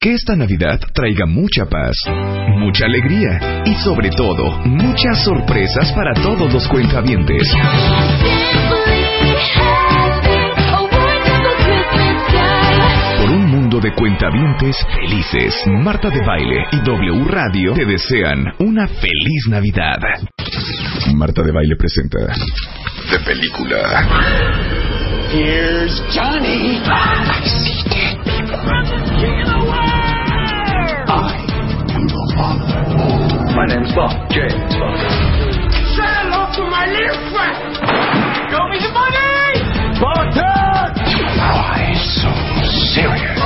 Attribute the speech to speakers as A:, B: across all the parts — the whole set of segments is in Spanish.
A: Que esta Navidad traiga mucha paz, mucha alegría y sobre todo muchas sorpresas para todos los cuentavientes. Por un mundo de cuentavientes felices, Marta de Baile y W Radio te desean una feliz Navidad. Marta de Baile presenta de película.
B: Here's Johnny. I see dead people. I am the father. My name's Bob. James Bob. Say hello to my little friend. Show me the money. Bartek. Why so serious?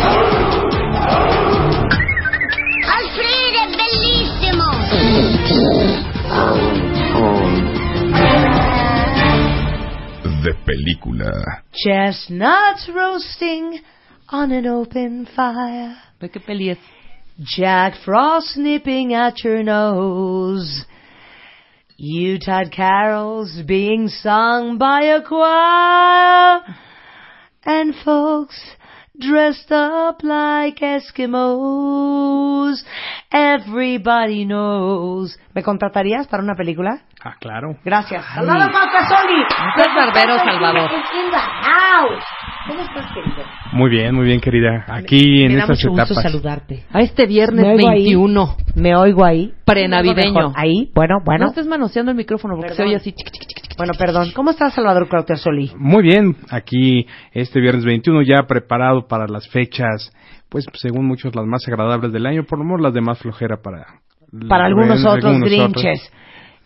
C: Alfredo es bellísimo.
A: De película.
D: Chestnuts roasting on an open fire.
E: ¿De qué peli es?
D: Jack Frost nipping at your nose. Yuletide carols being sung by a choir. And folks dressed up like Eskimos. Everybody knows. ¿Me contratarías para una película?
F: Ah, claro.
D: Gracias. Salvador Pacasoli.
E: Usted es barbero, Salvador.
C: In the house. ¿Cómo estás, querido?
F: Muy bien, muy bien, querida. Aquí en
E: Me da
F: estas
E: mucho
F: etapas.
E: gusto saludarte. A este viernes
D: Me oigo ahí.
E: 21,
D: Me oigo ahí.
E: prenavideño.
D: Ahí, bueno,
E: No
D: bueno.
E: estés manoseando el micrófono porque se
D: Perdón.
E: oye así. chic, chic, chic, chic.
D: Bueno, perdón. ¿Cómo estás, Salvador Claudio Solí?
F: Muy bien, aquí este viernes 21 ya preparado para las fechas, pues según muchos las más agradables del año, por lo menos las de más flojera para
D: Para algunos
F: algunos
D: otros
F: otros.
D: grinches.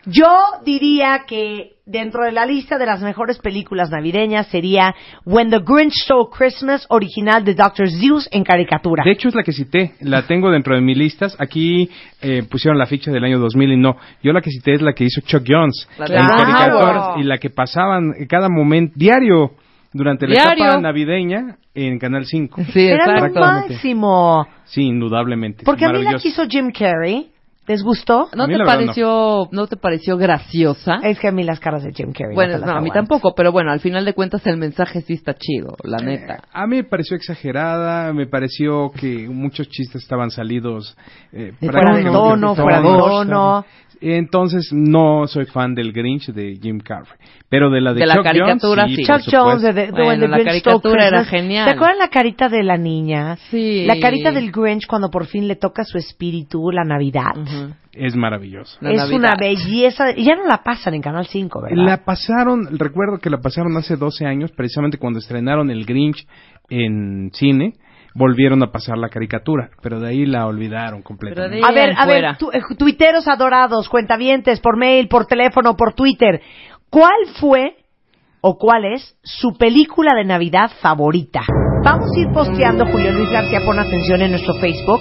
D: Yo diría que dentro de la lista de las mejores películas navideñas sería When the Grinch Stole Christmas, original de Dr. Zeus en caricatura.
F: De hecho es la que cité, la tengo dentro de mis listas. Aquí eh, pusieron la ficha del año 2000 y no, yo la que cité es la que hizo Chuck Jones
E: La
F: en
E: de-
F: caricaturas
D: Claro.
F: y la que pasaban cada momento diario durante la
E: Diario.
F: etapa navideña en Canal 5.
E: Sí,
D: Era lo
E: exacto.
F: Exactamente.
D: máximo.
F: Sí, indudablemente.
D: Porque a mí la
F: Maravilloso.
D: quiso Jim Carrey. ¿Les gustó?
E: ¿No
F: A mí
E: te
F: la verdad no.
E: pareció, no te pareció graciosa?
D: Es que a mí las caras de Jim Carrey.
E: Bueno,
D: te las
E: no, a mí
D: aguanto.
E: tampoco, pero bueno, al final de cuentas el mensaje sí está chido, la neta.
F: Eh, A mí me pareció exagerada, me pareció que muchos chistes estaban salidos eh,
D: Y fuera de
F: prácticamente
D: tono,
F: de
D: fuera de
F: tono.
D: tono.
F: Entonces no soy fan del Grinch de Jim Carrey, pero de la de,
E: De la
F: Chuck Jones,
E: caricatura, sí.
F: por
D: Chuck Jones de,
F: supuesto.
D: de,
E: Bueno,
D: When the
E: la
D: Grinch Stole
E: caricatura era
D: Christmas.
E: genial.
D: ¿Se acuerdan la carita de la niña?
E: Sí.
D: La carita del Grinch cuando por fin le toca su espíritu la Navidad.
E: Ujú.
F: es maravilloso.
E: La
D: es
E: Navidad.
D: una belleza. Ya no la pasan en Canal 5, ¿verdad?
F: La pasaron, recuerdo que la pasaron hace 12 años, precisamente cuando estrenaron el Grinch en cine, volvieron a pasar la caricatura, pero de ahí la olvidaron completamente.
E: de-
D: A ver, a
E: fuera.
D: ver, tu- eh, tuiteros adorados, cuentavientes, por mail, por teléfono, por Twitter. ¿Cuál fue o cuál es su película de Navidad favorita? Vamos a ir posteando, Julio Luis García, pon atención en nuestro Facebook,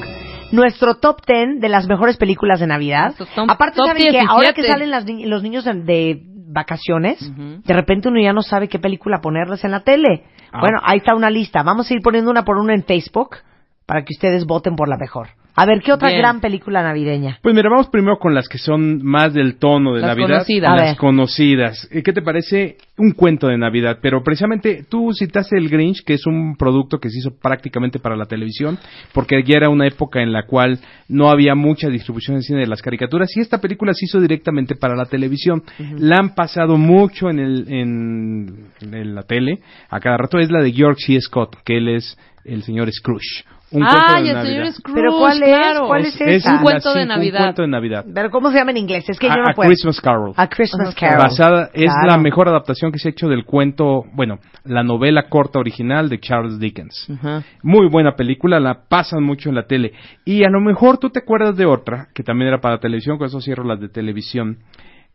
D: nuestro top 10 de las mejores películas de Navidad.
E: Nuestro top-
D: Aparte,
E: top
D: ¿saben que ahora que
E: 17.
D: salen las ni- los niños en- de vacaciones,
E: Ujú.
D: de repente uno ya no sabe qué película ponerles en la tele.
F: Ah.
D: Bueno, ahí está una lista. Vamos a ir poniendo una por una en Facebook para que ustedes voten por la mejor. A ver, ¿qué otra
E: Bien.
D: gran película navideña?
F: Pues mira, vamos primero con las que son más del tono de
E: Las
F: Navidad.
E: conocidas.
D: A ver.
F: Las conocidas. Eh, ¿Qué te parece un cuento de Navidad? Pero precisamente tú citaste el Grinch, que es un producto que se hizo prácticamente para la televisión, porque ya era una época en la cual no había mucha distribución en cine de las caricaturas, y esta película se hizo directamente para la televisión. La han pasado mucho en, el, en, en la tele, a cada rato, es la de George C. Scott, que él es el señor Scrooge. Un cuento
E: Ay,
F: de
E: Ah, el
F: Navidad.
E: señor Scrooge,
D: Pero ¿cuál es?
E: claro.
D: ¿Cuál es esa?
F: la
E: un cuento de
F: cinco-
E: Navidad.
F: Un cuento de Navidad.
D: Pero ¿cómo se llama en inglés? Es que
F: A-
D: yo no
F: a
D: puedo.
F: Christmas Carol.
D: A Christmas
E: Ajá,
D: Carol.
F: Basada, es
D: Claro.
F: la mejor adaptación que se ha hecho del cuento, bueno, la novela corta original de Charles Dickens.
E: Ajá.
F: Muy buena película, la pasan mucho en la tele. Y a lo mejor tú te acuerdas de otra, que también era para televisión, con eso cierro las de televisión,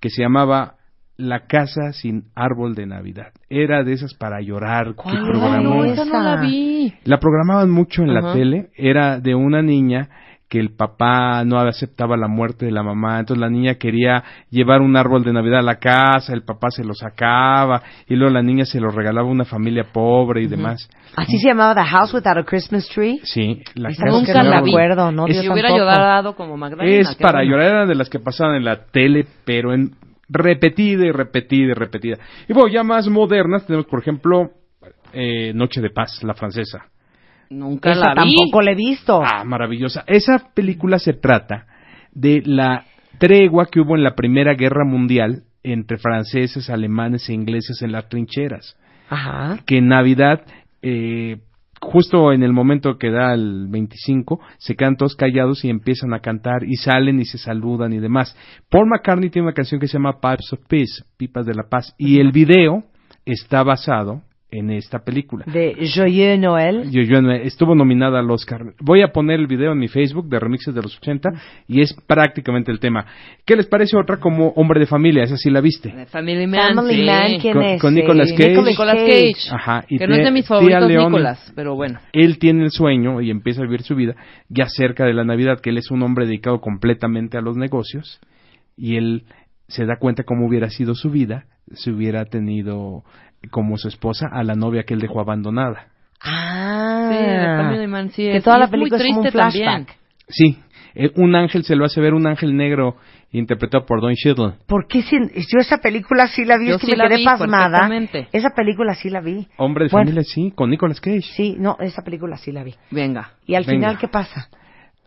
F: que se llamaba La casa sin árbol de Navidad. Era de esas para llorar que
E: ¿Cuál?
D: programó?
E: no, esa no la vi.
F: la programaban mucho en
E: Ajá.
F: la tele, era de una niña que el papá no aceptaba la muerte de la mamá, entonces la niña quería llevar un árbol de Navidad a la casa, el papá se lo sacaba y luego la niña se lo regalaba a una familia pobre y demás.
D: Así se llamaba The House Without a Christmas Tree.
F: Sí, la
D: Esa
F: casa
D: nunca
F: que
E: la
F: daba-
E: vi.
D: acuerdo, no,
F: Es-
D: Yo
E: Si hubiera
D: tampoco.
E: llorado como Magdalena.
F: es
E: qué
F: para
E: bueno.
F: llorar, era de las que pasaban en la tele, pero en repetida y repetida y repetida. Y bueno, ya más modernas tenemos, por ejemplo, eh, Noche de Paz, la francesa.
E: Nunca
D: Esa
E: la vi.
D: tampoco la he visto.
F: Ah, maravillosa. Esa película se trata de la tregua que hubo en la Primera Guerra Mundial entre franceses, alemanes e ingleses en las trincheras.
D: Ajá.
F: que en Navidad, eh, justo en el momento que da el 25, se quedan todos callados y empiezan a cantar y salen y se saludan y demás. Paul McCartney tiene una canción que se llama Pipes of Peace, Pipas de la Paz, y el video está basado en esta película.
D: De Joyeux Noël.
F: Yo, yo no- estuvo nominada al Oscar. Voy a poner el video en mi Facebook de remixes de los 80 y es prácticamente el tema. ¿Qué les parece otra como Hombre de Familia? Esa sí la viste.
E: Family Man.
D: Family
E: sí.
D: Man, ¿quién
F: Con-
D: es?
F: con
D: Eh,
F: Nicolas Cage.
E: Nicolas Cage.
F: Ajá, y
E: que no es
F: tía-
E: de mis
F: tía
E: favoritos,
F: León.
E: Nicolas, pero bueno.
F: él tiene el sueño y empieza a vivir su vida ya cerca de la Navidad, que él es un hombre dedicado completamente a los negocios y él se da cuenta cómo hubiera sido su vida si hubiera tenido como su esposa a la novia que él dejó abandonada.
D: Ah.
E: Sí, la Family Man sí
D: que
E: es.
D: toda
E: Y
D: la
E: es muy
D: película es como un
E: triste
D: flashback.
E: también.
F: Sí, eh, un ángel se lo hace ver, un ángel negro interpretado por Don Shidl.
D: ¿Por qué si- yo esa película sí la vi?
E: Yo
D: es que
E: sí
D: me
E: la
D: quedé
E: vi,
D: pasmada.
E: perfectamente.
D: Esa película sí la vi.
F: Hombre de
D: Bueno.
F: familia, sí, con Nicolas Cage.
D: Sí, no, esa película sí la vi.
E: Venga.
D: ¿Y al
F: Venga.
D: final qué pasa?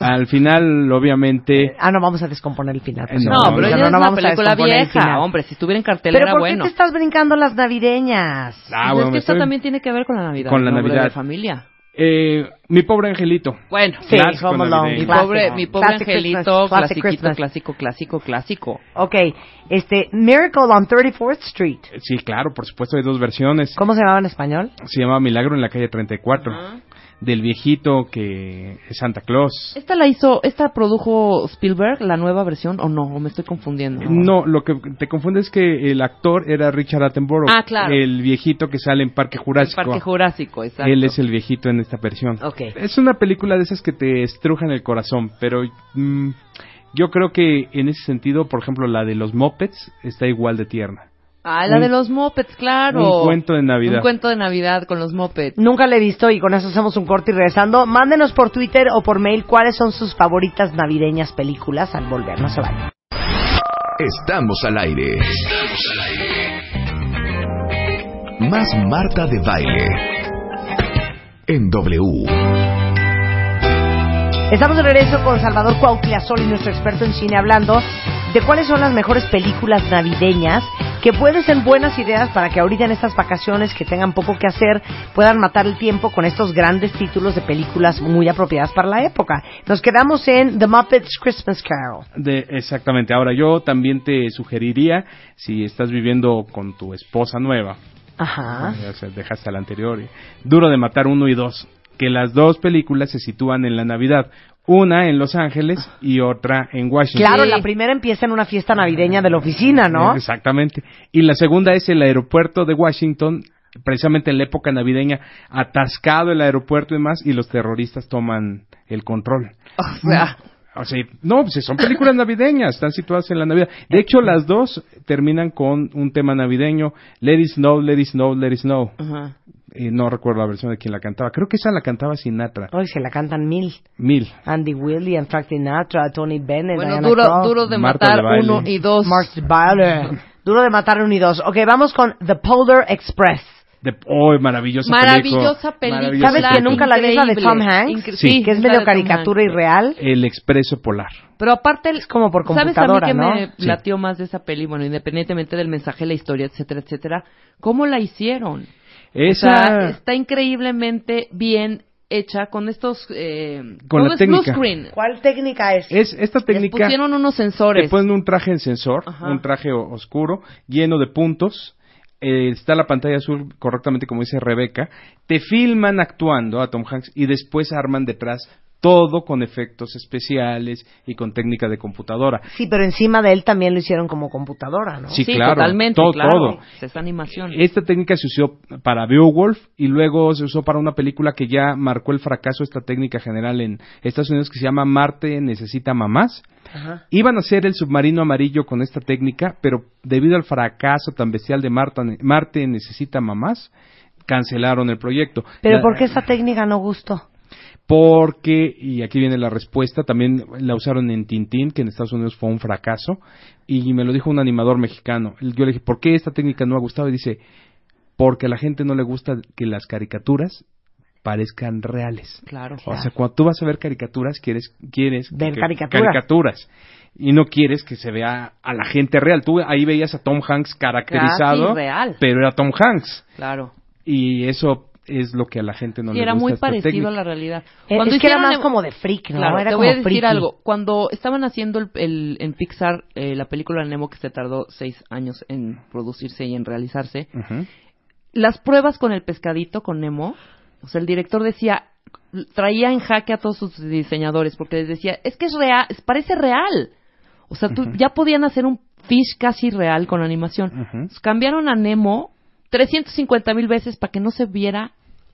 F: Al final, obviamente,
D: Ah, no, vamos a descomponer el final. pues,
F: No,
E: Eh, No, pero
F: no,
E: ya
F: no,
E: es una película
D: descomponer el final.
E: vieja. Hombre, si estuviera en
D: Pero
E: cartelera,
D: ¿por qué
E: bueno.
D: te estás brincando las navideñas?
F: Ah,
E: Pues
F: bueno,
E: es
F: me
E: que esto
F: estoy-
E: también tiene que ver con la Navidad.
F: Con la
E: el nombre
F: Navidad.
E: De familia.
F: eh, mi pobre angelito.
E: Bueno.
D: Sí,
F: Clásico
D: Home Alone,
F: navideño.
E: Mi
D: clásico.
E: pobre, mi pobre
D: Classic
E: angelito,
D: Christmas, classic
E: clasiquito,
D: Christmas.
E: clásico, clásico, clásico.
D: Ok, este, Miracle on 34th Street.
F: Sí, claro, por supuesto, hay dos versiones.
D: ¿Cómo se llamaba en español?
F: Se llama Milagro en la calle 34. Del viejito que es Santa Claus.
E: ¿Esta la hizo, esta produjo Spielberg, la nueva versión, o no? ¿O me estoy confundiendo?
F: No, lo que te confunde es que el actor era Richard Attenborough.
E: Ah, claro.
F: El viejito que sale en Parque
E: El
F: Jurásico.
E: Parque Jurásico, exacto.
F: Él es el viejito en esta versión.
D: Ok.
F: Es una película de esas que te estrujan el corazón, pero mm, yo creo que en ese sentido, por ejemplo, la de los Muppets está igual de tierna.
E: Ah, la
F: un-
E: de los Muppets, claro.
F: un cuento de Navidad.
E: Un cuento de Navidad con los Muppets.
D: Nunca la he visto y con eso hacemos un corte y regresando. Mándenos por Twitter o por mail cuáles son sus favoritas navideñas películas al volver. No se vayan.
A: Estamos al aire. Estamos al aire. Más Marta de Baile. En W.
D: Estamos de regreso con Salvador Cuauhtlazoli, nuestro experto en cine, hablando de cuáles son las mejores películas navideñas que pueden ser buenas ideas para que ahorita en estas vacaciones que tengan poco que hacer puedan matar el tiempo con estos grandes títulos de películas muy apropiadas para la época. Nos quedamos en The Muppets Christmas Carol.
F: De, exactamente. Ahora, yo también te sugeriría, si estás viviendo con tu esposa nueva,
E: Ah.
D: Ajá.
F: O sea, dejas al anterior. Duro de matar uno y dos. Que las dos películas se sitúan en la Navidad. Una en Los Ángeles y otra en Washington.
D: Claro, la primera empieza en una fiesta navideña de la oficina, ¿no?
F: Exactamente. Y la segunda es el aeropuerto de Washington, precisamente en la época navideña, atascado el aeropuerto y demás, y los terroristas toman el control.
E: O sea,
F: O sea, no, pues son películas navideñas, están situadas en la Navidad. De hecho, las dos terminan con un tema navideño, Let it snow, let it snow, let it snow.
E: ajá.
F: Eh, no recuerdo la versión de quién la cantaba. Creo que esa la cantaba Sinatra.
D: Hoy se la cantan mil.
F: Mil.
D: Andy Williams, Frank Sinatra, Tony Bennett,
E: bueno,
D: Diana
E: duro,
D: Cross.
E: duro de
F: Marta de
E: matar
F: baile.
E: uno y dos.
D: Marcy Butler. Duro de matar unidos. Ok, vamos con The Polar Express.
F: De, oh, maravillosa,
E: Maravillosa película.
F: Maravillosa
D: ¿Sabes que
F: película.
D: nunca la vi la de
E: Increíble.
D: Tom Hanks?
E: Incre- Sí.
D: Que es
E: la de
D: medio
E: Tom
D: caricatura y
E: Hanks.
D: real.
F: El expreso polar.
E: Pero aparte, el-
D: Es como por
E: ¿sabes
D: computadora,
E: a mí que
D: ¿no?
E: me
F: Sí.
E: latió más de esa peli? Bueno, independientemente del mensaje, la historia, etcétera, etcétera. ¿Cómo la hicieron?
F: Esa.
E: O sea, está increíblemente bien hecha con estos... eh,
F: Con la
E: todo es blue
F: técnica.
E: screen.
D: ¿Cuál técnica es?
F: es, esta
E: Les
F: técnica.
E: pusieron unos
F: Te
E: sensores.
F: ponen un traje en sensor,
E: Ajá.
F: un traje o- oscuro, lleno de puntos. eh, está la pantalla azul correctamente, como dice Rebeca. Te filman actuando a Tom Hanks y después arman detrás Todo con efectos especiales y con técnica de computadora.
D: Sí, pero encima de él también lo hicieron como computadora, ¿no?
F: Sí, claro,
E: totalmente,
F: todo,
E: claro.
F: todo.
E: Es animación.
F: Esta técnica se usó para Beowulf y luego se usó para una película que ya marcó el fracaso de esta técnica general en Estados Unidos que se llama Marte necesita mamás.
D: Ajá.
F: Iban a hacer el submarino amarillo con esta técnica, pero debido al fracaso tan bestial de Marta- Marte necesita mamás, cancelaron el proyecto.
D: Pero
F: La-
D: ¿por qué esa técnica no gustó?
F: porque, y aquí viene la respuesta, también la usaron en Tintín, que en Estados Unidos fue un fracaso, y me lo dijo un animador mexicano. Yo le dije, ¿por qué esta técnica no ha gustado? Y dice, porque a la gente no le gusta que las caricaturas parezcan reales.
E: Claro.
F: O sea, cuando tú vas a ver caricaturas, quieres, quieres
D: Ver
F: que-
D: caricaturas.
F: caricaturas. Y no quieres que se vea a la gente real. Tú ahí veías a Tom Hanks caracterizado,
E: real.
F: pero era Tom Hanks.
E: Claro.
F: Y eso es lo que a la gente no
E: sí,
F: le
E: era
F: gusta
E: muy
F: esta
E: parecido
F: técnica.
E: a la realidad.
D: Eh, es que era
E: hicieron
D: más
E: em-
D: como de freak, ¿no?
E: Claro,
D: Era
E: te
D: como
E: voy a decir
D: freaky.
E: algo. Cuando estaban haciendo el, el- en Pixar eh, la película de Nemo que se tardó seis años en producirse y en realizarse,
F: Ujú.
E: las pruebas con el pescadito, con Nemo, o sea, el director decía, traía en jaque a todos sus diseñadores porque les decía, es que es real, es- parece real. O sea, tú, ya podían hacer un fish casi real con animación.
F: Ujú.
E: Entonces, Cambiaron a Nemo 350 mil veces para que no se viera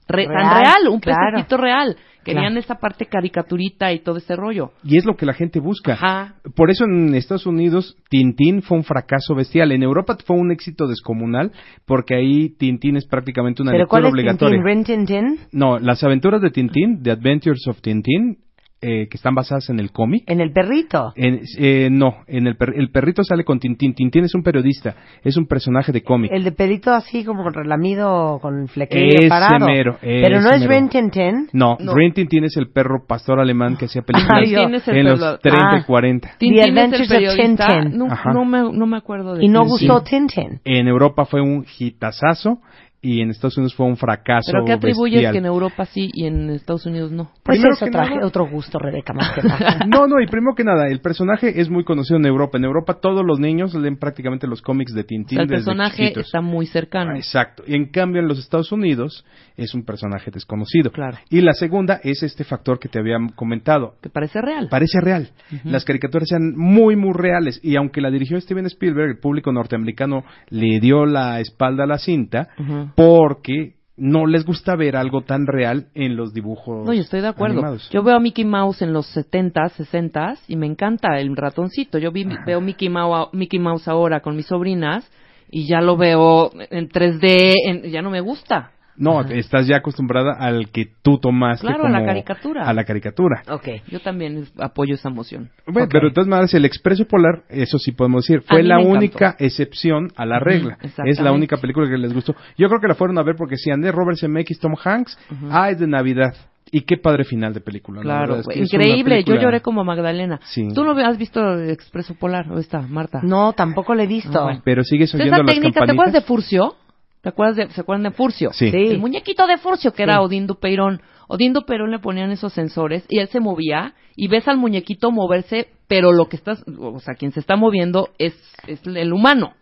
E: re- tan
D: Real,
E: real, un
D: claro.
E: pescadito real. Querían
D: Claro.
E: esa parte caricaturita y todo ese rollo.
F: Y es lo que la gente busca.
E: Ajá.
F: Por eso en Estados Unidos Tintín fue un fracaso bestial. En Europa fue un éxito descomunal porque ahí Tintín es prácticamente una
D: ¿Pero
F: lectura
D: cuál es
F: obligatoria.
D: Tintín? ¿Ren Tin Tin?
F: No, las aventuras de Tintín, The Adventures of Tintín, eh, que están basadas en el cómic.
D: En el perrito.
F: En- eh, no, en el, per- el perrito sale con Tintín. Tintín es un periodista, es un personaje de cómic.
D: El de perrito así como relamido con flequillo
F: Ese
D: parado.
F: mero,
D: Pero no
F: ese
D: es
F: mero.
D: Ren Tin Tin.
F: No,
E: No.
F: Rin Tintín es el perro pastor alemán que hacía películas
D: Ay, Dios.
E: ¿Quién es el
F: en los
E: perro?
F: 30 y
D: Ah.
F: 40.
E: Tintín es el
D: Adventures of
E: periodista.
D: Tintin.
E: No,
F: Ajá.
E: no me, no me acuerdo de
D: Y no
E: Tintin.
D: gustó Tin Tin.
F: En Europa fue un hitazazo y en Estados Unidos fue un fracaso.
E: ¿Pero qué atribuyes
F: bestial.
E: que en Europa sí y en Estados Unidos no?
D: Pues
F: Primero
D: eso
F: que
D: traje
F: nada-
D: otro gusto, Rebeca, más que nada.
F: No, no, y primero que nada, el personaje es muy conocido en Europa. En Europa todos los niños leen prácticamente los cómics de
E: O
F: Tintín
E: sea, el
F: desde
E: personaje
F: chiquitos.
E: está muy cercano.
F: Ah, Exacto. Y en cambio en los Estados Unidos es un personaje desconocido.
E: Claro.
F: Y la segunda es este factor que te había comentado.
E: Que parece real.
F: Parece real. Las caricaturas eran muy, muy reales. Y aunque la dirigió Steven Spielberg, el público norteamericano le dio la espalda a la cinta
E: Ujú.
F: porque no les gusta ver algo tan real en los dibujos.
E: No, yo estoy de acuerdo.
F: animados.
E: Yo veo a Mickey Mouse en los 70s, 60s y me encanta el ratoncito. Yo vi- veo Mickey Mouse, Mickey Mouse ahora con mis sobrinas y ya lo veo en 3D, en- ya no me gusta.
F: No, estás ya acostumbrada al que tú tomaste
E: Claro, a la
F: como-
E: caricatura.
F: A la caricatura.
D: ok.
E: Yo también apoyo esa moción.
F: Bueno,
D: Ok.
F: pero de todas maneras, el Expreso Polar, eso sí podemos decir, fue
E: mí
F: la
E: me encantó.
F: única excepción a la regla.
E: exactamente.
F: Es la única película que les gustó. Yo creo que la fueron a ver porque si Andrés Robert Zemeckis, Tom Hanks, ah, es de Navidad. Y qué padre final de película. la
E: Claro,
F: verdad es que es una
E: increíble. Yo
F: película-
E: lloré como Magdalena.
F: Sí.
E: ¿Tú no has visto el Expreso Polar o esta, Marta?
D: No, tampoco lo he visto.
E: Ah, bueno.
F: Pero sigues
E: Esa
F: oyendo las
E: técnica, ¿te
F: campanitas.
E: acuerdas de Furcio? ¿Te acuerdas de, ¿Se acuerdan de Furcio?
F: Sí.
D: Sí.
E: El muñequito de Furcio, que era Odín Dupeirón. Odín Dupeirón le ponían esos sensores y él se movía y ves al muñequito moverse, pero lo que estás, o sea, quien se está moviendo es, es el humano.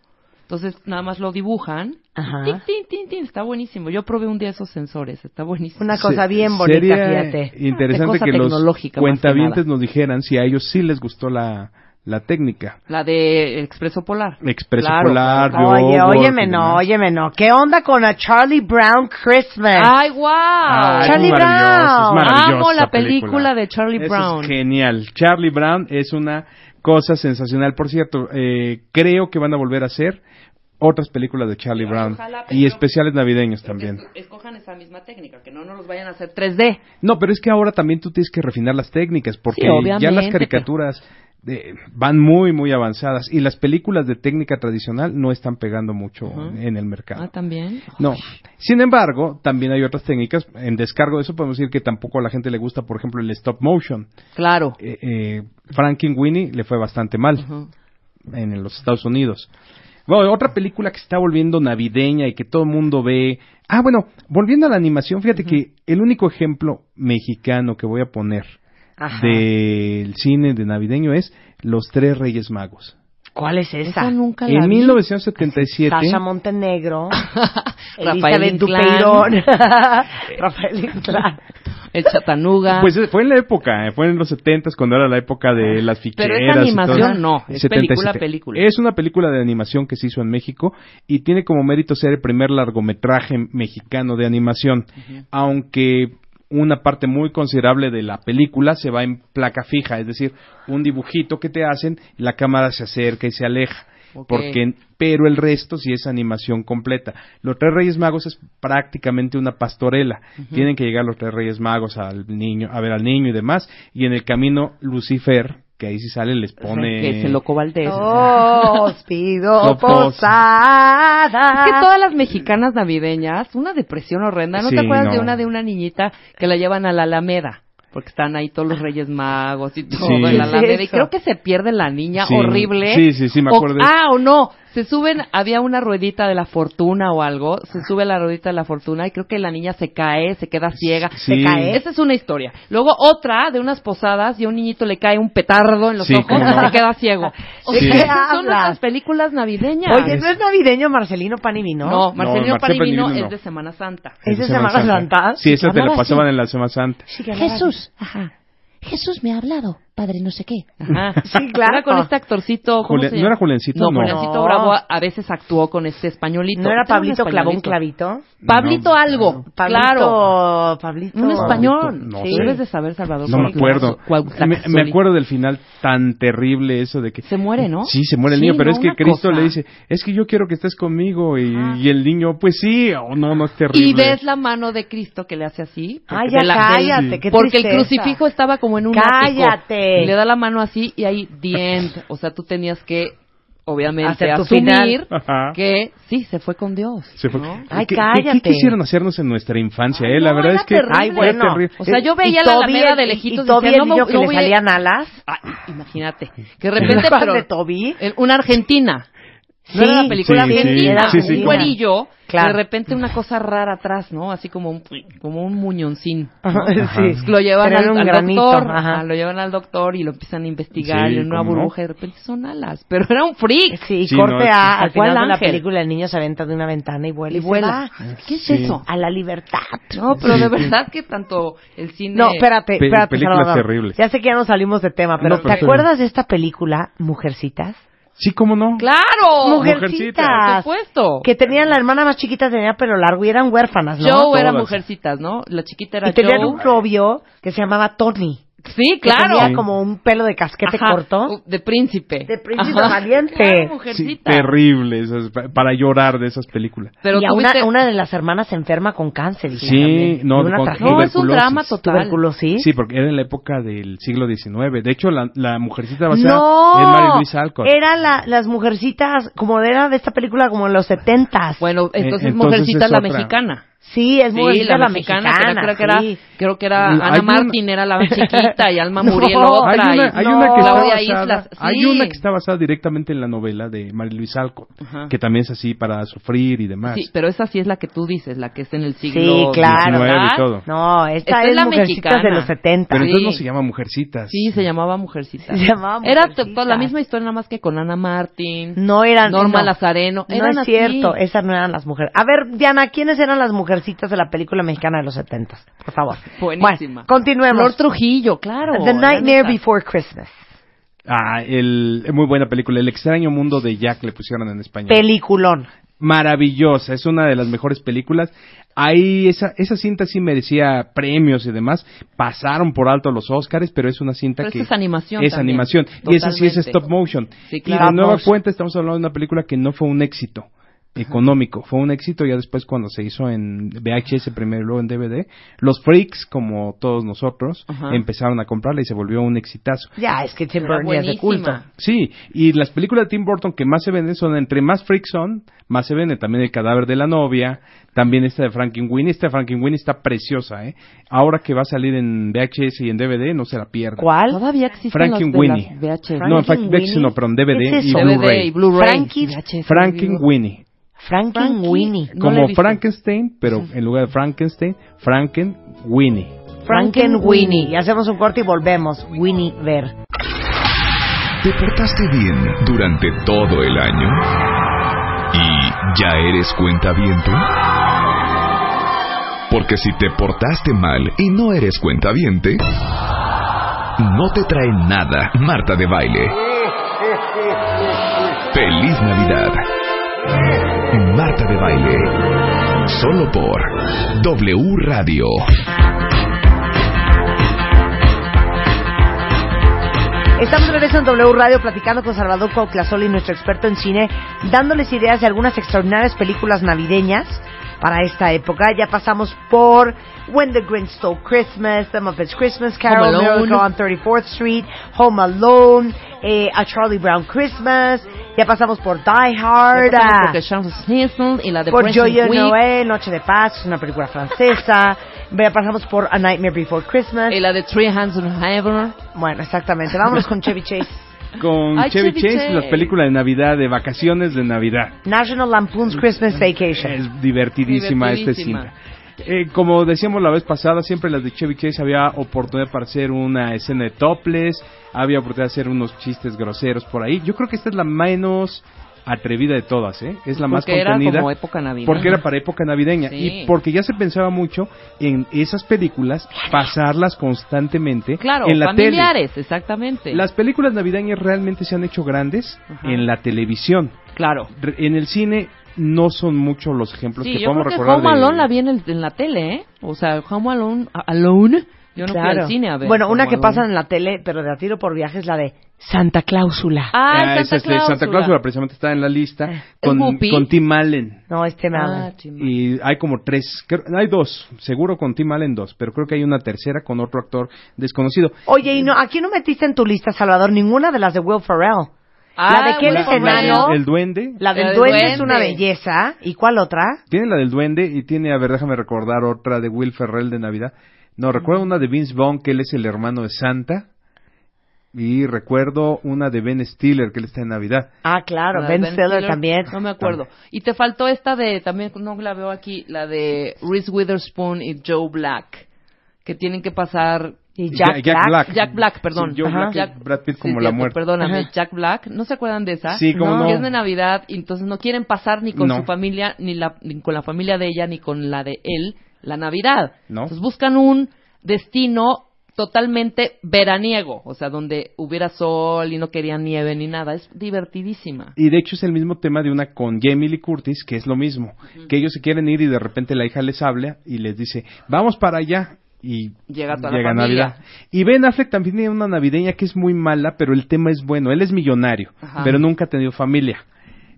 E: Entonces, nada más lo dibujan.
D: Ajá.
E: Tin, tin, tin, tin, está buenísimo. Yo probé un día esos sensores, está buenísimo.
D: Una cosa
F: Se-
D: bien bonita,
F: sería
D: fíjate.
F: interesante
E: Ah, cosa
F: que los
E: tecnológica, más que
F: cuentavientes nos dijeran si a ellos sí les gustó la, la técnica.
E: La de Expreso Polar.
F: Expreso
E: Claro,
F: Polar,
E: claro.
D: Oye,
F: Beowulf y
D: óyeme no,
F: demás.
D: óyeme no. ¿Qué onda con a Charlie Brown Christmas?
E: ¡Ay, wow!
F: Ah, es
D: Charlie
F: maravilloso,
D: Brown.
F: es maravillosa
E: Amo la película de Charlie
F: Eso
E: Brown.
F: Es genial. Charlie Brown es una cosa sensacional. Por cierto, eh, creo que van a volver a hacer otras películas de Charlie Brown
E: ojalá, pero-
F: y especiales navideños Pues también.
E: Escojan esa misma técnica, que no nos los vayan a hacer 3D.
F: No, pero es que ahora también tú tienes que refinar las técnicas porque
E: Sí, obviamente,
F: ya las caricaturas eh, van muy, muy avanzadas y las películas de técnica tradicional no están pegando mucho
E: Ujú.
F: en el mercado.
E: Ah, también.
F: No. Sin embargo, también hay otras técnicas. En descargo de eso podemos decir que tampoco a la gente le gusta, por ejemplo, el stop motion.
E: Claro.
F: Eh, eh, Frankenweenie le fue bastante mal
E: Ujú.
F: en los Estados Unidos. Bueno, otra película que está volviendo navideña y que todo el mundo ve. Ah, bueno, volviendo a la animación, fíjate que el único ejemplo mexicano que voy a poner
D: Ajá.
F: del cine de navideño es Los Tres Reyes Magos.
D: ¿Cuál es esa?
E: Esa nunca la
F: En
E: vi.
F: 1977,
D: Tasha Montenegro,
E: Rafael
D: Elizabeth
E: Inclán,
D: Dupeirón, Rafael Inclán.
E: el Chatanuga.
F: pues eh, fue en la época, eh, fue en los 70 cuando era la época de las ficheras.
E: Pero es
F: y
E: animación,
F: todo.
E: no, es
F: 77.
E: película a película.
F: Es una película de animación que se hizo en México y tiene como mérito ser el primer largometraje mexicano de animación, aunque una parte muy considerable de la película se va en placa fija, es decir, un dibujito que te hacen, la cámara se acerca y se aleja.
E: Ok.
F: Porque, pero el resto sí es animación completa. Los tres Reyes Magos es prácticamente una pastorela. Tienen que llegar los tres Reyes Magos al niño, a ver al niño y demás. Y en el camino Lucifer, que ahí sí sale, les pone.
E: Que se loco Valdés.
D: Oh, Os pido
F: Los dos.
D: posada.
E: Es que todas las
D: Ah.
E: mexicanas navideñas, una depresión horrenda. ¿No
F: Sí,
E: te acuerdas
F: no.
E: de una de una niñita que la llevan a la Alameda? Porque están ahí todos los Reyes Magos y todo
F: Sí.
E: en la
F: ¿Qué
D: es
E: Alameda. Y
D: eso?
E: creo que se pierde la niña,
F: Sí.
E: horrible.
F: Sí, sí, sí, me
E: O-
F: acuerdo.
E: ah, o no. Se suben, había una ruedita de la fortuna o algo.
F: Ah.
E: Se sube la ruedita de la fortuna y creo que la niña se cae, se queda ciega.
F: Sí.
E: Se cae. Esa es una historia. Luego otra de unas posadas y a un niñito le cae un petardo en los
F: Sí,
E: ojos
F: cómo no.
E: y se queda ciego. O
F: Sí. Este,
E: sea,
F: ¿Qué
E: esas son
D: hablas?
E: las películas navideñas.
D: Oye, ¿no es navideño Marcelino Pan y Vino?
E: No,
F: No,
E: Marcelino
F: Marcelino
E: Panivino
F: Panivino
E: es
F: no.
E: de Semana Santa.
D: ¿Es de Semana Santa?
F: Sí,
E: Ah,
F: esa te la
G: Llamaba
F: pasaban
G: así.
F: en la Semana Santa.
G: Jesús, ajá. Jesús me ha hablado, padre no sé qué.
E: Ajá.
D: Sí, claro.
E: Era con este actorcito. ¿cómo
F: Julen-
E: se
F: ¿no
E: llama?
F: era Julencito?
E: No,
F: No.
E: Julencito
D: No.
E: Bravo a, a veces actuó con este españolito.
D: ¿No era
E: Este un
D: Pablito Clavó un
E: españolito.
D: clavito?
E: Pablito
F: No,
E: algo,
D: Pablito,
E: claro.
D: Pablito.
E: Un español.
F: Pablito, no
E: Sí.
F: sé.
E: Debes de saber, Salvador.
F: No me acuerdo.
E: Cuauhtémoc
F: Me, me
E: Soli.
F: acuerdo del final tan terrible eso de que...
E: Se muere, ¿no?
F: Sí, se muere el
E: Sí,
F: niño, pero
E: no,
F: es que
E: una
F: Cristo
E: cosa.
F: le dice, es que yo quiero que estés conmigo y, y el niño, pues sí, o no, no es terrible.
E: Y ves la mano de Cristo que le hace así.
D: Ay,
E: porque
D: ya
E: de la- del-
D: cállate, qué
E: Porque el
D: tristeza.
E: crucifijo estaba como en un ático.
D: Cállate.
E: Y le da la mano así y ahí, the end. O sea, tú tenías que, obviamente,
D: Hacer tu
E: asumir
D: final.
F: Ajá.
E: que sí, se fue con Dios.
F: Se fue.
E: ¿no?
D: Ay,
F: ¿Qué- qué-
D: cállate.
F: ¿Qué quisieron hacernos en nuestra infancia? eh? La
E: no,
F: verdad
E: era
F: es que...
E: terrible.
D: Ay, bueno.
F: terrible.
E: O sea, yo veía
D: Y
E: la
D: Toby
E: Alameda
D: el-
E: de lejitos
D: Y Toby
E: decía,
D: el
E: no,
D: niño
E: me-
D: que
E: no
D: le
E: voy a-
D: salían alas.
E: Ay, imagínate. Que de repente,
D: ¿Te acuerdas
E: pero,
D: de Toby?
E: en una argentina.
D: Sí.
E: no era la película
F: Sí, sí,
E: argentina,
F: sí, sí,
E: un
F: sí.
E: güerillo,
D: Claro.
E: de repente una cosa rara atrás, ¿no? Así como un, como un muñoncín.
D: Ajá,
F: Ajá.
D: sí.
E: Lo llevan
D: Pero era
E: al,
D: un
E: al
D: granito,
E: doctor,
D: ajá.
E: ah, lo llevan al doctor y lo empiezan a investigar
F: Sí,
E: y en una
F: ¿cómo no?
E: burbuja y de repente son alas, pero era un freak.
D: Sí,
F: Sí,
D: corte
F: no,
D: a, al
E: ¿cuál
D: final de la
E: ángel?
D: película el niño se aventa de una ventana y vuela.
E: Y
D: se
E: vuela. Ah,
D: va.
E: ¿Qué es
F: Sí.
E: eso?
D: A la libertad.
E: No, pero de verdad que tanto el cine
D: No, espérate,
F: Pe-
D: espérate.
F: películas
D: Salvador.
F: terribles.
D: Ya sé que ya nos salimos de tema, pero
F: No,
D: ¿te
F: pero-
D: acuerdas de esta película, Mujercitas?
F: Sí, cómo no.
E: Claro.
F: Mujer-
E: Por
D: Mujercitas.
E: supuesto.
D: Que tenían la hermana más chiquita, tenía pelo largo y eran huérfanas, ¿no?
E: Joe era
F: Todas.
E: mujercitas, ¿no? La chiquita era
D: y tenían
E: Joe.
D: un novio que se llamaba Tony.
E: Sí,
D: que
E: claro.
D: Tenía como un pelo de casquete
E: Ajá,
D: corto.
E: u- De príncipe.
D: De príncipe
E: Ajá.
D: valiente.
E: Claro,
F: Sí,
E: mujercita.
F: terrible, esas- pa- para llorar de esas películas.
E: pero
D: y a una,
E: tuviste-
D: una de las hermanas se enferma con cáncer. hija,
F: Sí,
D: también.
F: no,
D: Y una
F: con
D: tragedia.
E: No, es un
F: tuberculosis.
E: drama total.
D: Tuberculosis.
F: Sí, porque era en la época del siglo XIX. De hecho, la, la mujercita va a ser en Mary
D: No,
F: Luis Alcott.
D: era la- las mujercitas, como era de esta película, como en los setentas.
E: Bueno,
F: Eh,
E: entonces,
F: entonces
E: Mujercita
F: es
E: la
F: otra.
E: mexicana.
D: sí, es
E: Sí,
D: mujercita
E: la mexicana. que era- creo, que era,
D: sí.
E: creo que era
F: Hay
E: Ana
F: una-
E: Martín, era la chiquita, y Alma
D: No,
E: Muriel
F: Hay
E: otra.
F: una,
E: y-
F: hay una que está
E: Claudia
F: basada,
E: Islas. Sí.
F: hay una que está basada directamente en la novela de Mary Luis Alcott,
E: Ajá.
F: que también es así para sufrir y demás.
E: Sí, pero esa sí es la que tú dices, la que está en el siglo
D: Sí, claro.
E: ¿verdad?
F: 19 y todo.
D: No, esta,
E: Esta
D: es,
E: es la
D: mujercitas
E: mexicana.
D: de los setentas.
F: Pero
E: Sí.
F: entonces no se llama Mujercitas.
E: Sí, se llamaba Mujercita.
D: Se llamaba
E: Era
D: Mujercita.
E: to- to- la misma historia, nada más que con Ana Martín.
D: No eran
E: Norma
D: no.
E: Lazareno.
D: No
E: Eran
D: es
E: así.
D: cierto, esas no eran las mujeres. A ver, Diana, ¿quiénes eran las mujercitas de la película mexicana de los setentas? Por favor.
E: Buenísima.
D: Bueno, continuemos.
E: Flor Trujillo, claro.
D: The Nightmare
E: La neta.
D: Before Christmas.
F: Ah, el, muy buena película. El extraño mundo de Jack le pusieron en español.
D: Peliculón.
F: Maravillosa, es una de las mejores películas. Ahí esa, esa cinta sí merecía premios y demás. Pasaron por alto los Oscars, pero es una cinta
E: Pero
F: que...
E: esa es animación
F: Es
E: también.
F: animación. Y esa sí es
E: Totalmente.
F: stop motion.
E: Sí,
F: Y
E: claro.
F: de nueva
D: Motion.
F: cuenta estamos hablando de una película que no fue un éxito económico. Fue un éxito ya después cuando se hizo en VHS primero y luego en DVD. Los freaks, como todos nosotros,
E: Ajá.
F: empezaron a comprarla y se volvió un exitazo.
D: Ya, es que Tim
E: Era
D: Burton ya es de culto.
E: buenísima.
F: Sí, y las películas de Tim Burton que más se venden son entre más freaks son, más se venden. También El cadáver de la novia, también esta de Frankenweenie. Esta de Frankenweenie está preciosa, ¿eh? Ahora que va a salir en VHS y en DVD, no se la pierda.
D: ¿Cuál?
E: Todavía existen
F: Frankenweenie.
E: los de las VHS.
F: No, en fact-
D: Frankenweenie.
F: VHS no, pero en DVD
D: ¿Qué es
F: y
D: eso?
E: DVD
F: Blu-ray.
E: y Blu-ray.
D: Frankie-
E: VHS,
F: Frankenweenie.
D: Frankenweenie.
E: No la he
F: Como
E: visto.
F: Frankenstein, pero en lugar de Frankenstein, Frankenweenie.
D: Frankenweenie. Y hacemos un corte y volvemos. Winnie Ver.
A: ¿Te portaste bien durante todo el año? ¿Y ya eres cuentaviente? Porque si te portaste mal y no eres cuentaviente, no te trae nada Marta de Baile. ¡Feliz Navidad! Marta de Baile. Solo por W Radio.
D: Estamos de regreso en W Radio platicando con Salvador Coclasoli, nuestro experto en cine, dándoles ideas de algunas extraordinarias películas navideñas para esta época. Ya pasamos por When the Grinch Stole Christmas, The Muppets Christmas Carol,
E: Home Alone.
D: Miracle on 34th Street, Home Alone, eh, A Charlie Brown Christmas. Ya pasamos por Die Hard, ah,
E: Porque Charles Stinson y la de
D: por
E: Present
D: Joyeux
E: Week,
D: Noël, Noche de Paz, es una película francesa. Ya pasamos por A Nightmare Before Christmas.
E: y la de Three Hands on Heaven.
D: Bueno, exactamente. Vámonos con Chevy Chase.
F: Con
E: Ay,
F: Chevy,
E: Chevy
F: Chase,
E: Chase.
F: las películas de Navidad, de vacaciones de Navidad.
D: National Lampoon's
E: Mm,
D: Christmas Vacation.
F: Es divertidísima, este cine.
E: Divertidísima.
F: Eh, como decíamos la vez pasada, siempre las de Chevy Chase había oportunidad para hacer una escena de topless, había oportunidad de hacer unos chistes groseros por ahí. Yo creo que esta es la menos atrevida de todas, ¿eh? Es la más
E: Porque era
F: contenida.
E: como época navideña.
F: Porque era para época navideña.
E: Sí.
F: Y porque ya se pensaba mucho en esas películas, pasarlas constantemente
E: Claro,
F: en la tele.
E: familiares, exactamente.
F: Las películas navideñas realmente se han hecho grandes
E: Ajá.
F: en la televisión.
E: Claro.
F: Re- En el cine no son muchos los ejemplos
E: Sí,
F: que
E: yo creo
F: podemos
E: que
F: recordar.
E: Home
F: de-
E: Alone la vi en, el- en la tele, ¿eh? O sea, Home Alone, a- Alone, yo no fui al cine a ver.
D: bueno, una
E: Home
D: que
E: Alone.
D: pasan en la tele, pero de a tiro por viaje, es la de Santa Cláusula.
E: Ah,
F: Ah,
E: Santa,
F: esa es de
E: Claus, Eh,
F: Santa Clausula, precisamente está en la lista con,
E: Whoopi.
F: con Tim Allen.
D: No, este
E: Ah,
D: me habla.
F: Y hay como tres, creo- hay dos, seguro con Tim Allen dos, pero creo que hay una tercera con otro actor desconocido.
D: Oye, y no, aquí no metiste en tu lista, Salvador, ninguna de las de Will Ferrell. la de que él
E: Will
D: es
E: Ferrell.
D: enano.
F: El duende.
D: La del
E: El
D: duende, es
E: duende.
D: una belleza. ¿Y cuál otra?
F: Tiene la del duende y tiene, a ver, déjame recordar otra de Will Ferrell de Navidad. No, recuerdo una de Vince Vaughn, que él es el hermano de Santa. Y recuerdo una de Ben Stiller, que él está en Navidad.
D: Ah, claro,
E: La de
D: Ben, Stiller, también.
E: No me acuerdo. Y te faltó esta de, también no la veo aquí, la de Reese Witherspoon y Joe Black, que tienen que pasar...
D: Y Jack,
F: Ja- Jack
D: Black.
F: Black.
E: Ah, Jack Black, perdón.
F: Sí, Joe Black y Brad Pitt
E: sí,
F: como la
E: cierto,
F: muerte.
E: Perdóname,
D: Ajá.
E: Jack Black. ¿No se acuerdan de esa?
F: Sí, cómo no.
E: Que es de Navidad y entonces no quieren pasar ni con
F: No.
E: su familia, ni, la, ni con la familia de ella, ni con la de él, la Navidad.
F: No.
E: Entonces buscan un destino totalmente veraniego, o sea, donde hubiera sol y no querían nieve ni nada. Es divertidísima.
F: Y de hecho es el mismo tema de una con Jamie Lee Curtis, que es lo mismo. Que ellos se quieren ir y de repente la hija les habla y les dice, vamos para allá. Y
E: Llega toda la familia.
F: Y Ben Affleck también tiene una navideña que es muy mala, pero el tema es bueno. Él es millonario,
E: Ajá.
F: pero nunca ha tenido familia.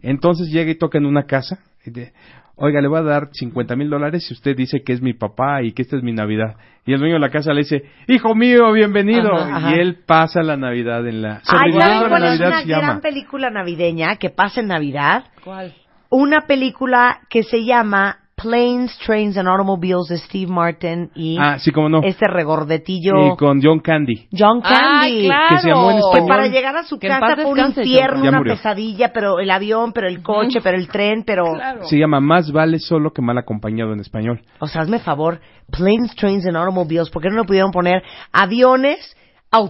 F: Entonces llega y toca en una casa. Y de, Oiga, le voy a dar 50 mil dólares si usted dice que es mi papá y que esta es mi Navidad. Y el dueño de la casa le dice, hijo mío, bienvenido.
E: Ajá,
F: Y
D: ajá.
F: él pasa la Navidad en la...
D: Ah,
F: Sobreviviendo
D: ¿sabes
F: a la
D: cuál es
F: Navidad
D: una
F: se
D: gran
F: llama.
D: película navideña que pasa en Navidad?
E: ¿Cuál?
D: Una película que se llama Planes, Trains and Automobiles de Steve Martin y
F: Ah, sí, cómo no.
D: este regordetillo
F: Y con John Candy.
D: John Candy.
E: Ah, claro.
F: Que se llamó en
D: Pues
F: español.
D: para llegar a su
E: Que en
D: casa
E: paz
D: fue un
E: descanse,
D: infierno,
F: John. Ya
D: una
F: murió.
D: pesadilla, pero el avión, pero el coche, pero el tren, pero...
F: Se llama Más vale solo que mal acompañado en español.
D: O sea, hazme favor, planes, trains and automobiles, ¿por qué no le pudieron poner aviones,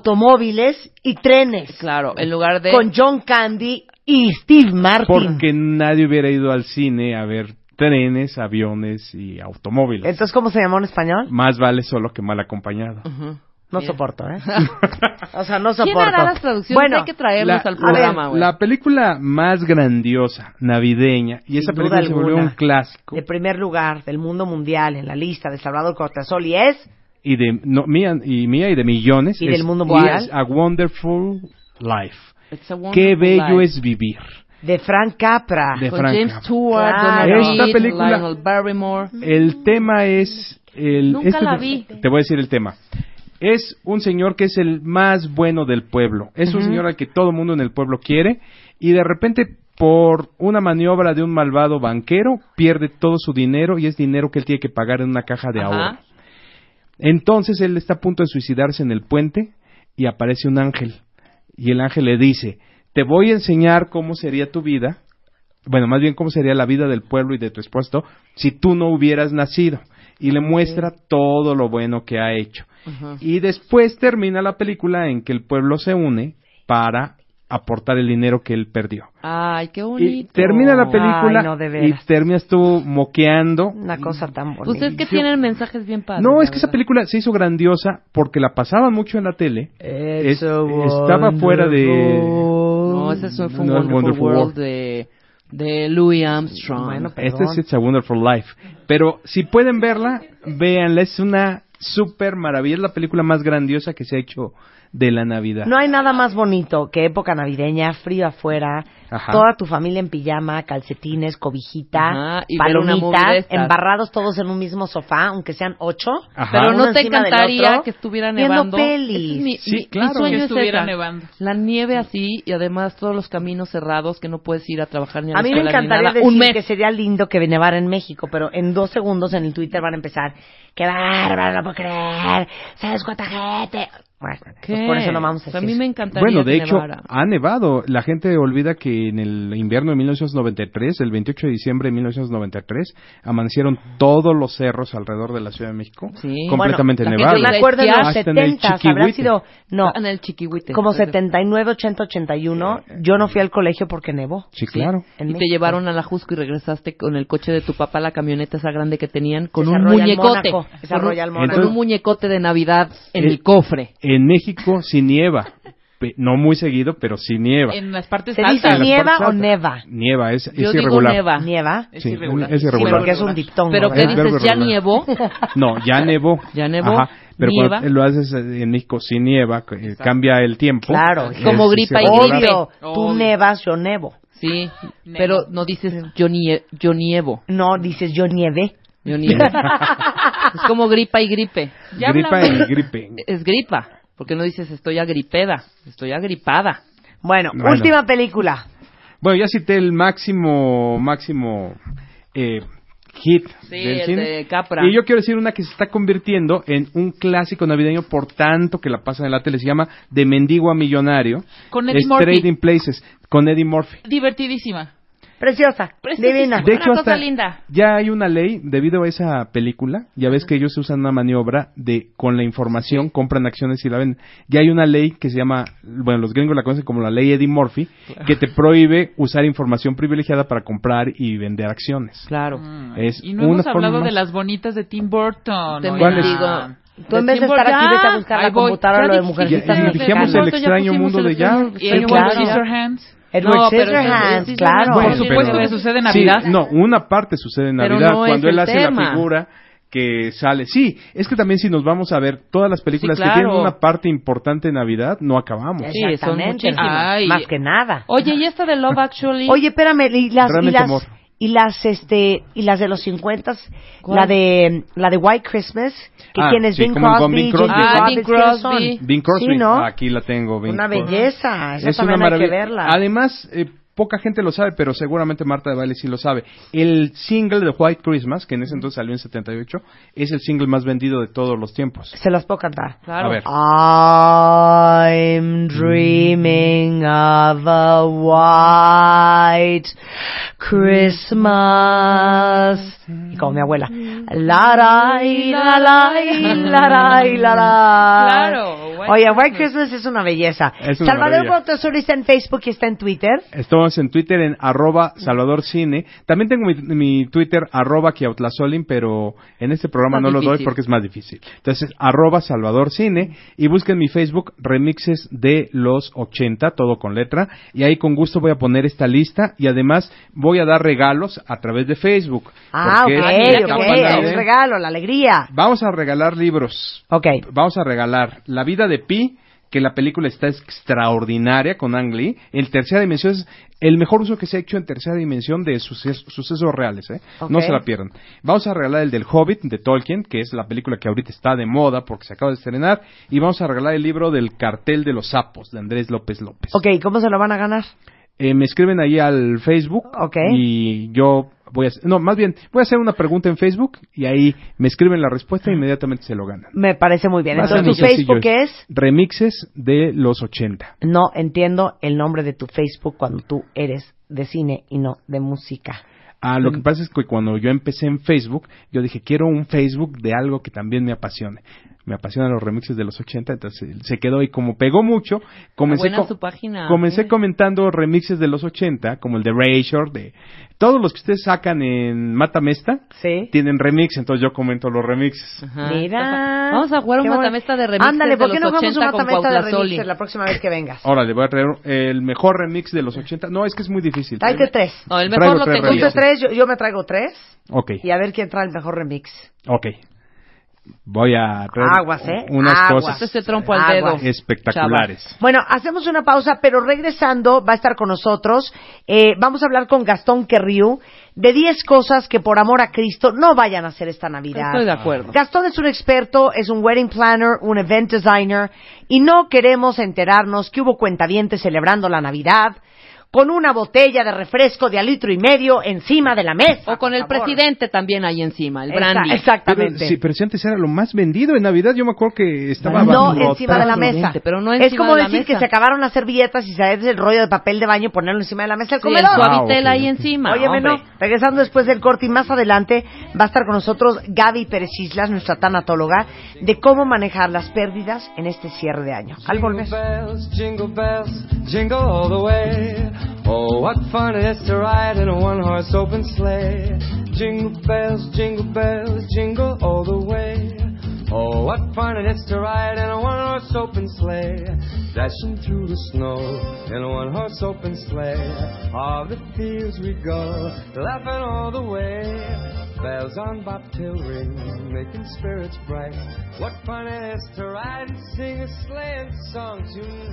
D: automóviles y trenes?
E: Claro, en lugar de...
D: Con John Candy y Steve Martin.
F: Porque nadie hubiera ido al cine a ver trenes, aviones y automóviles.
D: Entonces, ¿cómo se llamó en español?
F: Más vale solo que mal acompañado.
E: Ujú.
D: No
E: Mira.
D: soporto, ¿eh? O sea, no soporto.
E: ¿Quién hará las traducciones?
D: Bueno,
E: Hay que traerlos al programa, güey.
F: la película más grandiosa, navideña, y
D: Sin
F: esa
D: duda
F: película se volvió
D: alguna.
F: un clásico,
D: de primer lugar del mundo mundial en la lista de Salvador Cortasoli es...
F: y de no, mía, y mía y de millones.
D: Y del mundo
F: es
D: mundial.
F: A Wonderful Life.
E: It's a Wonderful
F: Qué bello
E: Life.
F: es vivir.
D: De Frank Capra. Pues,
F: De
E: Con
F: Frank
E: James
F: Campbell.
E: Stewart,
D: Claro.
E: Donald
F: Esta
E: Reed,
F: película-
E: Lionel Barrymore.
F: El tema es el. este
E: Nunca la vi.
F: Te voy a decir el tema. Es un señor que es el más bueno del pueblo. Es un señor al que todo mundo en el pueblo quiere y de repente por una maniobra de un malvado banquero pierde todo su dinero y es dinero que él tiene que pagar en una caja de
E: Ajá.
F: ahorro. Entonces él está a punto de suicidarse en el puente y aparece un ángel. Y el ángel le dice, te voy a enseñar cómo sería tu vida, bueno, más bien cómo sería la vida del pueblo y de tu esposo si tú no hubieras nacido. Y le muestra todo lo bueno que ha hecho.
E: Ujú.
F: Y después termina la película en que el pueblo se une para aportar el dinero que él perdió.
E: Ay, qué
F: Y
E: bonito.
F: termina la película
D: Ay, no, de
F: y
D: veras.
F: terminas tú moqueando.
D: Una cosa tan
F: Pues
D: bonita.
E: Ustedes Ah, pues que tienen mensajes bien padres.
F: No,
E: la
F: es que esa
E: verdad.
F: película se hizo grandiosa porque la pasaban mucho en la tele.
D: It's
F: Es-
D: a
F: estaba fuera de-
D: wonderful-
E: No, ese es un, fue un
F: No,
E: Wonderful,
F: Wonderful
E: World,
F: World.
E: de, de Louis Armstrong.
D: Bueno, pero-
F: Esta Este es It's a Wonderful Life. Pero si pueden verla, véanla. Es una súper maravilla. Es la película más grandiosa que se ha hecho de la Navidad.
D: No hay nada más bonito que época navideña, frío afuera,
F: Ajá.
D: toda tu familia en pijama, calcetines, cobijita,
E: Ajá, y ver una movie de
D: palomitas,
E: estas.
D: embarrados todos en un mismo sofá, aunque sean ocho.
F: Ajá.
E: Pero
D: uno
E: no te
D: encima del
E: encantaría
D: otro,
E: que estuviera
D: viendo
E: nevando.
D: pelis.
E: Ese es mi,
F: Sí,
E: mi- mi
F: claro.
E: sueño
H: Que
E: es
H: estuviera
E: esa.
H: nevando.
E: La nieve así y además todos los caminos cerrados que no puedes ir a trabajar ni a la
D: A mí me
E: escuela ni
D: encantaría
E: nada.
D: decir
E: Un mes.
D: que sería lindo que nevara en México, pero en dos segundos en el Twitter van a empezar, ¡qué bárbaro, no puedo creer! ¿Sabes cuánta gente? Bueno, pues
E: ¿Qué?
D: por eso no vamos a
E: O sea,
D: decir.
E: a mí me encantaría
F: Bueno, de
E: que
F: hecho,
E: nevara.
F: ha nevado. La gente olvida que en el invierno de 1993, el 28 de diciembre de 1993, amanecieron todos los cerros alrededor de la Ciudad de México
E: Sí.
F: completamente
E: Bueno, la
F: nevados.
D: Yo me
E: Nevado.
D: acuerdo en los
F: Hasta en el
D: 70, habrá
F: Chiquihuite.
D: sido, no,
E: Ah, en el chiquihuite.
D: como 79, 80, 81. Yo no fui al colegio porque nevó.
F: Sí, claro.
D: en
E: y te
D: México.
E: llevaron a la Jusco y regresaste con el coche de tu papá, la camioneta esa grande que tenían, con
D: Esa
E: un
D: Royal
E: muñecote.
D: Mónaco, esa
E: con un-
D: Royal
E: con
D: Mónaco.
E: un muñecote de Navidad en
F: Eh,
E: el cofre.
F: En México sí nieva. Pe- No muy seguido, pero sí nieva.
H: En las partes
D: ¿Se
H: altas.
D: dice
F: En las
D: nieva
F: partes
D: o
F: altas.
D: neva?
F: Nieva, es, es
E: Yo digo
F: irregular.
E: neva.
D: Nieva.
H: Es
F: Sí,
H: irregular.
F: es
D: Sí,
F: irregular.
D: porque es un diptongo.
E: Pero
D: ¿verdad?
E: ¿qué
F: Es verbo
E: dices? ¿Ya
F: regular.
E: nievó?
F: No, ya nevó.
E: Ya nevó,
F: Ajá. Pero
E: nieva.
F: cuando lo haces eh, en México sí nieva, eh, cambia el tiempo.
D: Claro,
F: Es-
E: como
F: es
E: gripa y
F: irregular.
E: gripe.
D: Obvio, tú
H: Obvio.
D: nevas, yo nevo.
E: Sí,
H: Nevo.
E: pero no dices yo, nie- yo nievo.
D: No, dices yo nieve.
E: Yo nievo. es como gripa y gripe.
H: Ya
F: Gripa
H: hablamos.
F: y gripe.
E: Es gripa, porque no dices estoy agripeda, estoy agripada.
D: Bueno,
F: Bueno.
D: última película.
F: Bueno, ya cité el máximo, máximo eh, hit
E: Sí,
F: del
E: el
F: cine.
E: de Capra.
F: Y yo quiero decir una que se está convirtiendo en un clásico navideño por tanto que la pasan en la tele. Se llama De Mendigo a Millonario.
H: Con Eddie
F: Es
H: Murphy.
F: Trading Places, con Eddie Murphy.
H: Divertidísima.
D: Preciosa, divina.
F: De
H: Una
F: hecho,
H: cosa
F: hasta
H: linda.
F: ya hay una ley debido a esa película. Ya ves que ellos usan una maniobra de con la información compran acciones y la venden. Ya hay una ley que se llama, bueno, los gringos la conocen como la ley Eddie Murphy, que te prohíbe usar información privilegiada para comprar y vender acciones.
E: Claro.
D: Mm.
F: Es
H: y no
F: una
H: hemos
F: forma
H: hablado
F: más-
H: de las bonitas de Tim Burton.
E: Te
H: oigan.
E: bendigo.
D: Tú en vez de
E: Decimos,
D: estar aquí,
E: ya,
D: vete a buscar la
H: ahí voy.
D: computadora
H: Ya
D: lo de
H: dijiste,
D: Mujercitas
H: ya
F: Y dijimos
D: Mexicanas.
F: el extraño
E: pusimos
F: mundo
E: el
F: de ya.
E: extraño-
H: Y
D: Sí,
H: el claro.
D: claro.
H: Scissorhands.
D: Edward
E: No, pero
D: Scissorhands,
E: sí, sí,
D: claro.
E: Bueno,
H: Por supuesto que sucede en
F: Sí,
H: Navidad.
F: no, una parte sucede en
E: Pero
F: Navidad
E: no es
F: cuando él
E: el
F: hace la
E: tema.
F: figura que sale. Sí, es que también si nos vamos a ver todas las películas
E: Sí, claro.
F: que tienen una parte importante en Navidad, no acabamos.
E: son
D: Exactamente.
E: muchísimas.
H: Ay. Oh,
D: Más que nada.
E: Oye, y esta de Love Actually.
D: Oye, espérame, y las y
F: Realmente
D: las
F: amor.
D: y las este y las de los 50
E: ¿Cuál?
D: la de la de White Christmas, que
F: Ah,
D: quién es
F: sí,
D: Bing
F: como con
D: Crosby,
F: Bing
D: Jim
F: Crosby.
E: Ah, Bing
D: ¿quiénes son?
E: Crosby.
F: Bing Crosby, Ah,
D: Sí, ¿no?
F: aquí la tengo. Bing
D: una
F: Crosby.
D: belleza, esa
F: Es una
D: también hay que
F: maravilla.
D: verla.
F: Además, eh, poca gente lo sabe, pero seguramente Marta de Baile sí lo sabe. El single de White Christmas, que en ese entonces salió en 78, es el single más vendido de todos los tiempos.
D: Se las puedo cantar.
E: Claro.
F: A ver.
D: I'm dreaming of a white Christmas. Y como mi abuela. La la la la la la la la.
H: Claro, White
D: Oye, White Christmas es una belleza.
F: Es una
D: Salvador
F: maravilla.
D: Montessori está en Facebook y está en Twitter.
F: Estamos en Twitter en arroba salvadorcine. También tengo mi, mi Twitter arroba kiautlasolin, pero en este programa
E: Más
F: no lo doy
E: difícil.
F: porque es más difícil. Entonces, arroba salvadorcine y busquen mi Facebook remixes de los 80, todo con letra. Y ahí con gusto voy a poner esta lista y además voy a dar regalos a través de Facebook.
D: Ah, ok,
F: porque
H: mira, qué
D: ok.
H: bonito.
D: Es un regalo, la alegría.
F: Vamos a regalar libros
D: Ok.
F: vamos a regalar La vida de Pi, que la película está extraordinaria con Ang Lee. El tercera dimensión es el mejor uso que se ha hecho en tercera dimensión de suces- sucesos reales, ¿eh?
D: Ok.
F: No se la pierdan. Vamos a regalar el del Hobbit de Tolkien, que es la película que ahorita está de moda porque se acaba de estrenar. Y vamos a regalar el libro del Cartel de los Sapos de Andrés López López.
D: Ok, ¿cómo se lo van a ganar?
F: Eh, me escriben ahí al Facebook
D: Ok.
F: y yo voy a... No, más bien, voy a hacer una pregunta en Facebook y ahí me escriben la respuesta e inmediatamente se lo ganan.
D: Me parece muy bien.
F: Va a ser
D: Entonces, tu
F: muy
D: Facebook
F: sencillo.
D: es...
F: Remixes de los 80.
D: No entiendo el nombre de tu Facebook cuando tú eres de cine y no de música.
F: Ah,
D: Mm.
F: lo que pasa es que cuando yo empecé en Facebook, yo dije, quiero un Facebook de algo que también me apasione. me apasionan los remixes de los 80, entonces se quedó y como pegó mucho, comencé,
E: Buena
F: co-
E: su página. ¿eh?
F: comencé
E: Sí.
F: comentando remixes de los 80, como el de Razor, de todos los que ustedes sacan en Mata Mesta,
D: Sí.
F: tienen remix, entonces yo comento los remixes.
E: Ajá.
D: Mira.
E: Vamos a jugar un
D: Qué bueno.
E: matamesta de remixes
D: Ándale, ¿por
E: de
D: qué
E: los
D: no jugamos un
E: 80 con
D: matamesta de
E: Cuauhtlazoli?
D: remixes la próxima vez que vengas?
E: Oh,
F: Ahora le voy a traer el mejor remix de los 80, no, es que es muy difícil.
D: Tráete tres.
E: No, el mejor
F: Traigo
E: lo
F: tres
E: tengo yo.
D: Usted
F: remixes.
D: tres, yo, yo me traigo tres.
F: Ok,
D: Y a ver quién trae el mejor remix.
F: ok. Voy a traer
D: Aguas, ¿eh?
F: unas
D: Aguas.
F: cosas
E: Este trompo al
D: Aguas.
E: dedo.
F: espectaculares.
D: Bueno, hacemos una pausa, pero regresando va a estar con nosotros. Eh, vamos a hablar con Gastón Querriu de 10 cosas que por amor a Cristo no vayan a hacer esta Navidad.
E: Estoy de acuerdo.
D: Gastón es un experto, es un wedding planner, un event designer, y no queremos enterarnos que hubo cuentavientes celebrando la Navidad con una botella de refresco de a litro y medio encima de la mesa.
E: O con el
D: por favor.
E: presidente también ahí encima, el
D: Exa-
E: brandy.
D: Exactamente.
F: Pero, sí, pero si antes era lo más vendido en Navidad, yo me acuerdo que estaba
D: No
F: bancarrota.
D: encima de la mesa.
E: Presidente, pero no
D: es
E: encima
D: como
E: de la
D: decir que
E: mesa.
D: se acabaron las servietas y sabes el rollo de papel de baño y ponerlo encima de la mesa del
E: Sí, el
D: comedor.
E: suavitel
F: Ah, ok,
E: ahí
F: ok.
E: encima.
D: Óyeme,
E: hombre.
D: no. Regresando después del corte y más adelante va a estar con nosotros Gaby Pérez Islas, nuestra tanatóloga, de cómo manejar las pérdidas en este cierre de año. Al volver.
I: bells, jingle bells, jingle all the way. Oh, what fun it is to ride in a one horse open sleigh. Jingle bells, jingle bells, jingle all the way. Oh, what fun it is to ride in a one horse open sleigh. Dashing through the snow in a one horse open sleigh. All the fields we go, laughing all the way. Bells on bobtail ring, making spirits bright. What fun it is to ride and sing a sleighing song tonight.